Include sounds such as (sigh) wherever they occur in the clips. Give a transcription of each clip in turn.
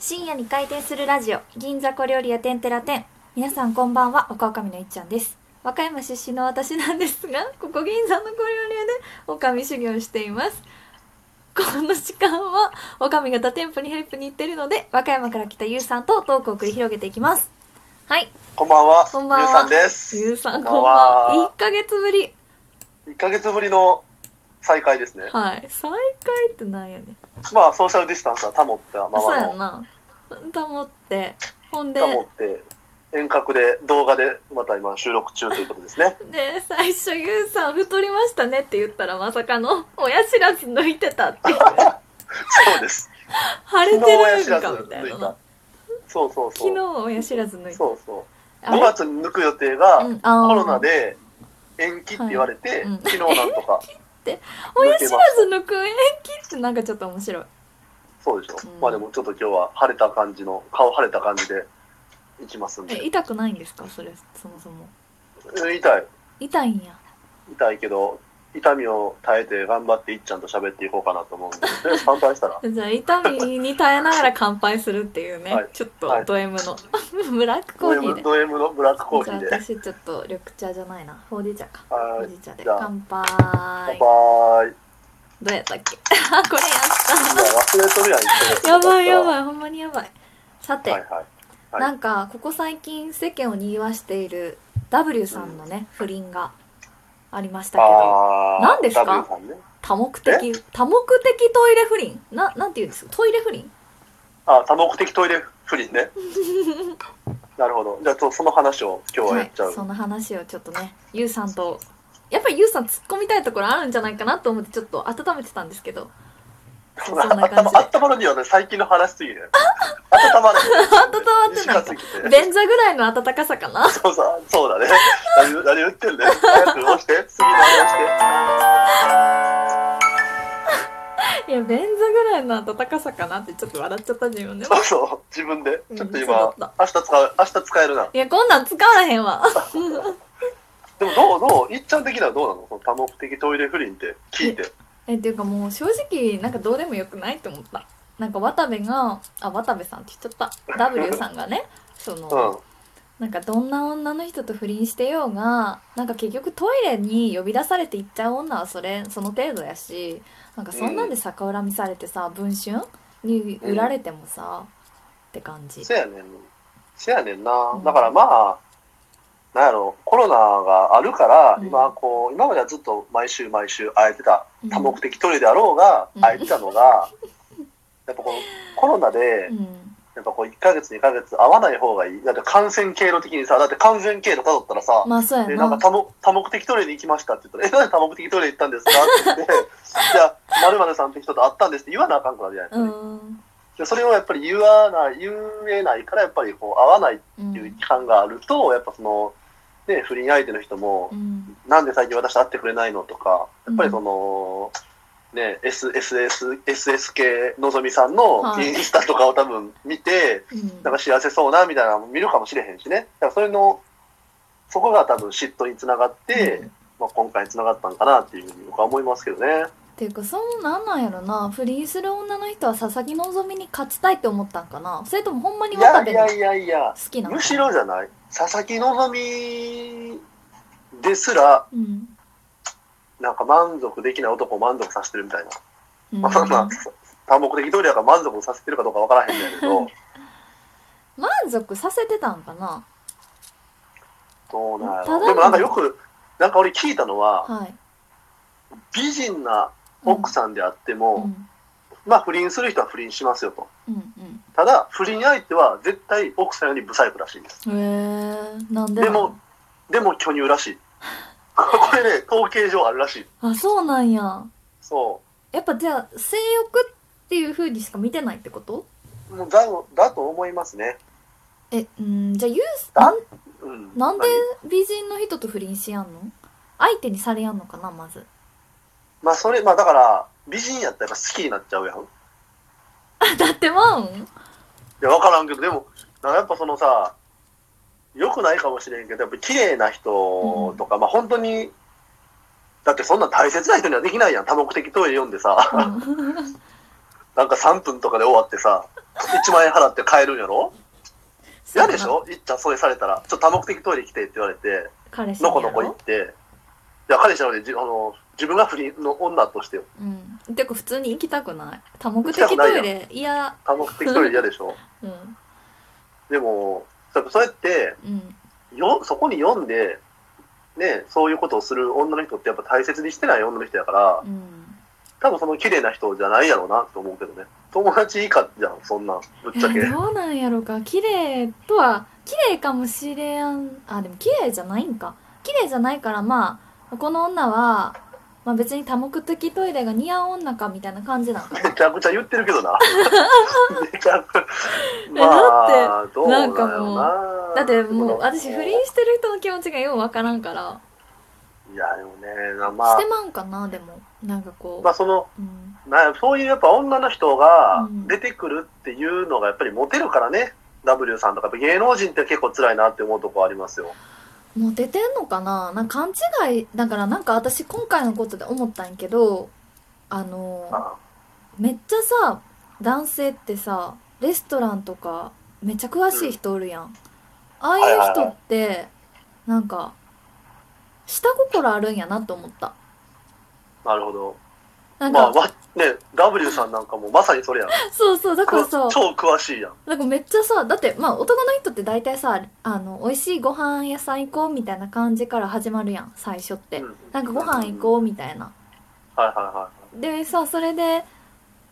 深夜に開店するラジオ銀座小料理屋天てら天皆さんこんばんは若女将のいっちゃんです和歌山出身の私なんですがここ銀座の小料理屋で女将修行していますこの時間は女将が他店舗にヘルプに行ってるので和歌山から来たゆうさんとトークを繰り広げていきますはいこんばんは。こんばんはゆうさんです。ゆうさんこんばんはこ1ヶ月ぶりんばんは。1ヶ月ぶりの再会ですね。はい再会ってなんやねんまあ、ソーシャルディスタンスは保ったまそうまやの、なと思ってほんで保って、遠隔で動画でまた今収録中ということで (laughs) すね。で最初ゆうさん太りましたねって言ったらまさかの親知らず抜いてた (laughs) っていうそうです。腫れて昨日親知るらんずかみた抜いいなた。そうそう昨そ日う。親知らず抜いてそうそう。あれ5月に抜く予定が、うんあーコロナで延期って言われて、いうん昨日なん (laughs) とか。親知らず抜く延期ってなんかちょっと面白いそうでしょ。うんまあでもちょっと今日は晴れた感じの、顔晴れた感じで行きますんでえ。痛くないんですかそれそもそもうん痛い。痛いんや痛いけど痛みを耐えて頑張っていっちゃんと喋っていこうかなと思うんでとりあえず乾杯したらじゃあ痛みに耐えながら乾杯するっていうね、はいちょっとはいド M の (laughs) ブラックコドーヒ M, ーでド M のブラックコーヒじゃあーで私ちょっと緑茶じゃないなほうじ茶かほはういじ茶でじゃあ乾乾杯杯いどうやったっけ (laughs) あこれやったや忘れとるやん一緒やばいやいばいほんまにやばいさて、はいはいはいなんかここ最近世間を賑わしている W さんのね、不倫がありましたけどあー何ですか W さんね多目的多目的トイレ不倫ななんて言うんですかトイレ不倫あ多目的トイレ不 (laughs) 倫ねなるほどじゃあちょっとその話を今日はやっちゃう、その話をちょっとねゆうさんとやっぱりゆうさん突っ込みたいところあるんじゃないかなと思ってちょっと温めてたんですけどそうそんな感じで (laughs) あったまるにはね最近の話すぎる温まる温まってないか短す (laughs) ぎて便座ぐらいの温かさか (laughs) なそうそうそうだね何何言ってんだよ早く押して次の話押していや便座ぐらいの温かさかなってちょっと笑っちゃった自分でもそうそう、自分でう。んちょっとそう今、だっ明日使う、明日使えるな。いやこんなん使われへんわでもどう、どう、いっちゃん的にはどうなのその多目的トイレ不倫って聞いて。えっていうかもう正直なんかどうでもよくないって思ったなんか渡部があ渡部さんって言っちゃった W さんがねその、うん。なんかどんな女の人と不倫してようがなんか結局トイレに呼び出されて行っちゃう女はそれその程度やしなんかそんなんで逆恨みされてさ文春に売られてもさ、って感じせやねん。せやねんなう。んだからまあ、なんやろ、コロナがあるからう、ん今こう、今まではずっと毎週毎週会えてた、うん多目的トイレであろうがう、ん会えてた (laughs) のが、やっぱこのコロナでう、んやっぱこう1ヶ月2ヶ月会わない方がいい。だって感染経路的にさ、だって感染経路辿ったらさ、まあそうやで、なんなか多目多目的トイレに行きましたって言ったら、え、なんで多目的トイレ行ったんです (laughs) かって言って、じゃあ、まるさんって人と会ったんですって言わなあかんからじゃないですうか、んでそれをやっぱり言わない、言えないから、やっぱりこう、会わないっうていうん期間があると、やっぱその、ね、不倫相手の人もう、んなんで最近私会ってくれないのとか、やっぱりその、ね、S、SS、SSK のぞみさんのはいインスタとかを多分見て、うんなんか幸せそうなみたいなのも見るかもしれへんしね。だからそれの、そこが多分嫉妬につながって、うんまあ、今回につながったんかなっていうふうに僕は思いますけどね。っていうかそんなんなんやろな不倫する女の人は佐々木希に勝ちたいって思ったんかなそれともほんまにいや渡部いが好やいやいや、きなのむしろじゃない。佐々木希ですら、うん、なんか満足できない男を満足させてるみたいな。うん、まあまあ満、多目的通りだから満足させてるかどうかわからへんねんけど、足させてたんかなどうなんやただろ。のでもなんかよく、なんか俺聞いたのは、はい、美人なうん、奥さんであっても、うんまあ不倫する人は不倫しますよと。うんただ不倫相手は絶対奥さんよりブサイクらしいですうんへえなんででなのもでも巨乳らしい (laughs) これね統計上あるらしいあそうなんやそやっぱじゃあ性欲っていう風にしか見てないってことうもうだだと思いますねえうんじゃあユースだなんうんなんで美人の人と不倫しやんの相手にされやんのかなまず (laughs) まあそれまあだから美人やったらやっぱ好きになっちゃうやんいあだってまうんや分からんけどでもなんかやっぱそのさよくないかもしれんけどやっぱ綺麗な人とか、まあ本当にだってそんな大切な人にはできないやん多目的トイレ読んでさうん (laughs) なんか3分とかで終わってさ、1万円払って帰るん (laughs) やろ嫌でしょいっちゃんそれされたら、ちょっと多目的トイレ来てって言われて、彼氏にのやろこのこ行って、いや、彼氏なので、じあの自分が不倫の女として、うんてか普通に行きたくない多目行きた的くないトやイんレいや多目的トイレ嫌でしょうんでも、そそうやって、うんよそこに読んで、ね、そういうことをする女の人ってやっぱ大切にしてない女の人やからう、ん多分その綺麗な人じゃないやろうなと思うけどね。友達以下じゃん、そんなん、ぶっちゃけえ。 (laughs) どうなんやろか綺麗とは綺麗かもしれんあでも綺麗じゃないんか綺麗じゃないからまあこの女は、まあ、別に多目的トイレが似合う女かみたいな感じなのかめちゃくちゃ言ってるけどな。 (laughs) めちゃくえまあ、どうなんなやんかもろううな。なだってもう私不倫いしてる人の気持ちがようわからんから、や、でもね、まあして、まうんかなでもなんかこう、まあその、うん、なそういうやっぱ女の人がうん出てくるっていうのがやっぱりモテるからね。W さんとか、やっぱ芸能人って結構辛いなって思うとこありますよ。モテてんのかななんか勘違いだからなんか私今回のことで思ったんやけどあのあめっちゃさ男性ってさレストランとかめっちゃ詳しい人おるやん、ああいう人ってなんか下心あるんやなと思ったなるほど。なんまか、あ、わね、W さんなんかもまさにそれやん。そうそうだからさ超詳しいやん。なんかめっちゃさだってまあ男の人って大体さあの美味しいご飯屋さん行こうみたいな感じから始まるやん最初って、うんなんかご飯行こうみたいなはいはいはでさそれで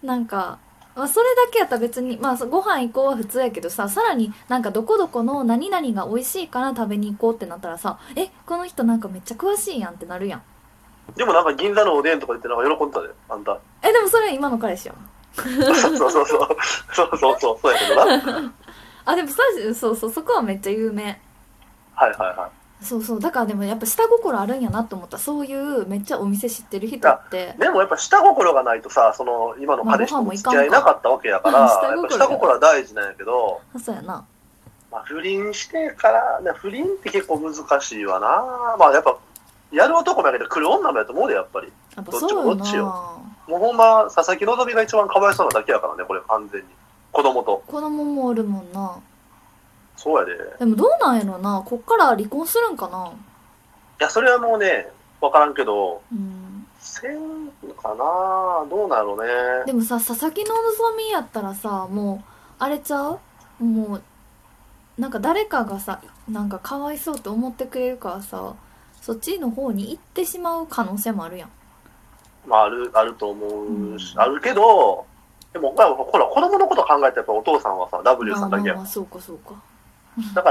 なんか、まあ、それだけやったら別に、まあ、そご飯行こうは普通やけどささらになんかどこどこの何々が美味しいから食べに行こうってなったらさえこの人なんかめっちゃ詳しいやんってなるやんい。でもなんか銀座のおでんとか言ってなんか喜んでたで、あんた。えでもそれ今の彼氏やんそうそうそう。そうそうそう。そうやけどな。はいあでもさそうそうそこはめっちゃ有名はいはそうそうだからでもやっぱ下心あるんやなと思ったそういうめっちゃお店知ってる人ってい。でもやっぱ下心がないとさ、その今の彼氏とも付き合いなかったわけやから、まあやご飯も行っぱかんか下心は大事なんやけど、あそうやなまあ、不倫してから、ね、不倫って結構難しいわな。まあやっぱ、やる男もやけど来る女もやと思うで、やっぱり。やっぱそうどやっちもどっちなもうほんま、佐々木希が一番かわいそうなだけやからね、これ完全に。子供と。子供もおるもんなそうやで。いでもどうなんやろなこっから離婚するんかなや、それはもうね、わからんけど、うんせんかなどうなんやろうね。でもさ佐々木希やったらさもうあれちゃうもうなんか誰かがさなんかかわいそうと思ってくれるからさそっちの方に行ってしまう可能性もあるやんまあ、ある、あると思うし、うんあるけど、でも、まあ、ほら、子供のこと考えてやっぱお父さんはさ、W まさあんまだあけやまあそうかそうかだか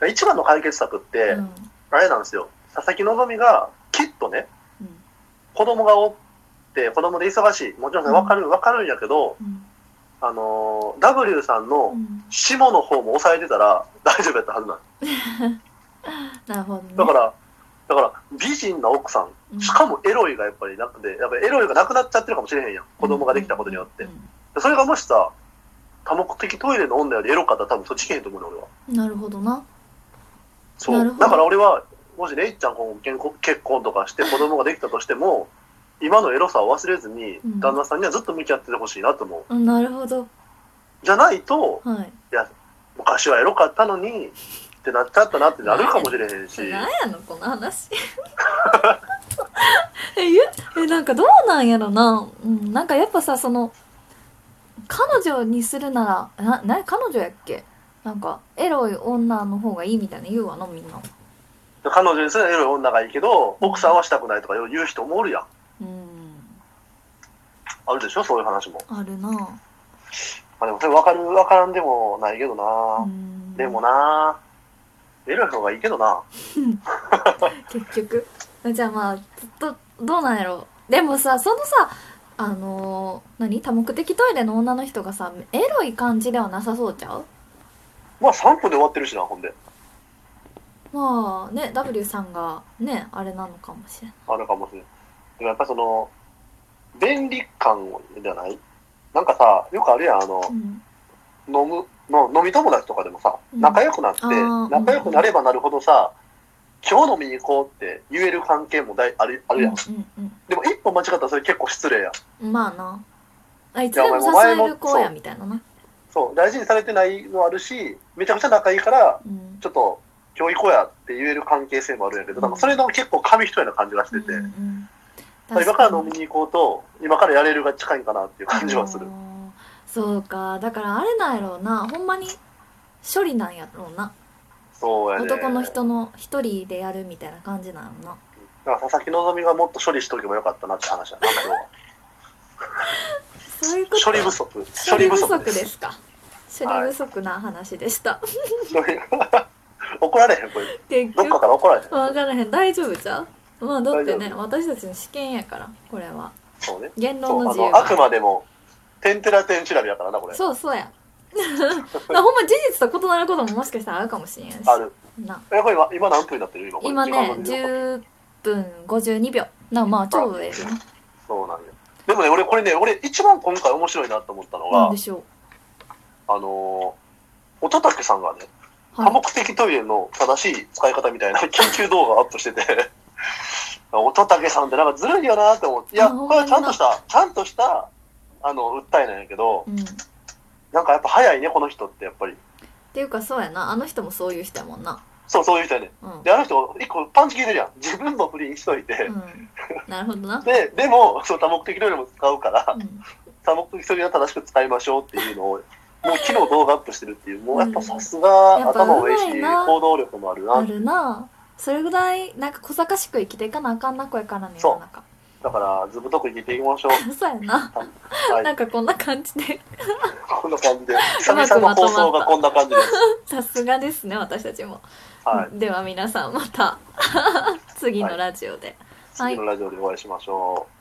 ら、一番の解決策って、うんあれなんですよ。佐々木希が、きっとね、うん子供がおって、子供で忙しい。もちろんね、うんわかる、わかるんやけど、うんあのー W さんのうん下の方も抑えてたら大丈夫やったはずなんですなるほどねだから、だから、美人な奥さんうんしかもエロいがやっぱりなくて、やっぱエロいがなくなっちゃってるかもしれへんやん。子供ができたことによってうん。うんそれがもしさ、多目的トイレの女よりエロかったら多分そっち行けへんと思うね、俺は。なるほどなそなるう。ほどだから俺は、もしレイちゃん今後健康結婚と (laughs) かして子供ができたとしても、今のエロさを忘れずにう、ん旦那さんにはずっと向き合っててほしいなと思うう。んなるほどじゃないと、はい昔はエロかったのに、ってなっちゃったなってなるかもしれへん (laughs) し何。やのこの話 (laughs) えゆえなんかどうなんやろな、うん、なんかやっぱさその彼女にするならなな彼女やっけなんかエロい女の方がいいみたいな言うわなみんな彼女にするエロい女がいいけど、奥さんはしたくないとか言う人もおるやうん。んあるでしょそういう話も。あるなまあでもそれ分かる、分からんでもないけどな。うんでもな、エロい方がいいけどな。結局じゃあまあどどうなんやろでもさそのさあのー何多目的トイレの女の人がさエロい感じではなさそうちゃうまあ3分で終わってるしな、ほんで。まあね W さんがねあれなのかもしれないあるかもしれない。でもやっぱその、便利感じゃないなんかさ、よくあるやん、あの、うん飲む、の飲み友達とかでもさ、うん仲良くなって、あー仲良くなればなるほどさ、今日飲みに行こうって言える関係もだいあるあるやん。うんうんでも一歩間違ったらそれ結構失礼やん。うんまあなあいつでも支える子やみたいなな、そう、大事にされてないのあるし、めちゃくちゃ仲いいから、うんちょっと、教育やって言える関係性もあるんやけど、なんかそれの結構紙一重な感じがしてて、うんうんまあ今から飲みに行こうと、今からやれるが近いんかなっていう感じはするあ。のーそうかだからあれなんやろうなほんまに処理なんやろうなそうやね。男の。人の一人でやるみたいな感じなんやろなだから佐々木希がもっと処理しとけばよかったなって話だな、今 (laughs) 日はそういうこと処理不足。処理不足処で理すか処理不足な話でした、 (laughs) す。処理 (laughs) 怒られへん、これ。結どっか局から怒られへん。分からへん大丈夫じゃうまあだって大ね私たちの試験やからこれはそうね。言そ論う、のあ自由の、あくまでも、てんてらてん調べやからな、これ。そうそうや (laughs) だからほんま事実と異なることももしかしたらあるかもしれんしある。なえ、これ今、今何分になってる今。これ今時間ねの時間10分52秒なまあちょうどええよなそうなんよ。でもね、俺、これね、俺、一番今回面白いなと思ったのなんがで、しょうあのー、乙武さんがね、多はい、目的トイレの正しい使い方みたいな (laughs) 緊急動画をアップして (laughs) て、乙武さんってなんかずるいよなって思って、いや、あほんこまれにはちゃんとした、ちゃんとした、あの、訴えなんやけど、うん、ってなんかやっぱ早いね、この人って、やっぱり。いうかそうやなあの人もそういう人やもんなそう、そういう人やね。うん、うんで、あの人、一個パンチ効いてるやん。自分も不倫しといて。 (laughs) なるほどな、で、でも、そう、多目的トイレも使うから、うん、多目的それは正しく使いましょうっていうのを、もう昨日動画アップしてるっていう、もうやっぱさすうんやがっぱ頭もいいし、うまいな行動力もあるな。あるなそれぐらいなんか小賢しく生きていかなあかんなこれからね世そうの中だから、ずぶとく生きていきましょ (laughs) う。そうやなはいな。んかこんな感じでこんな感じで、久うまくまとまった々の放送がこんな感じです。さすがですね私たちも、 (laughs) はい。では皆さんまた (laughs) 次のラジオで、はい次のラジオでお会いしましょう。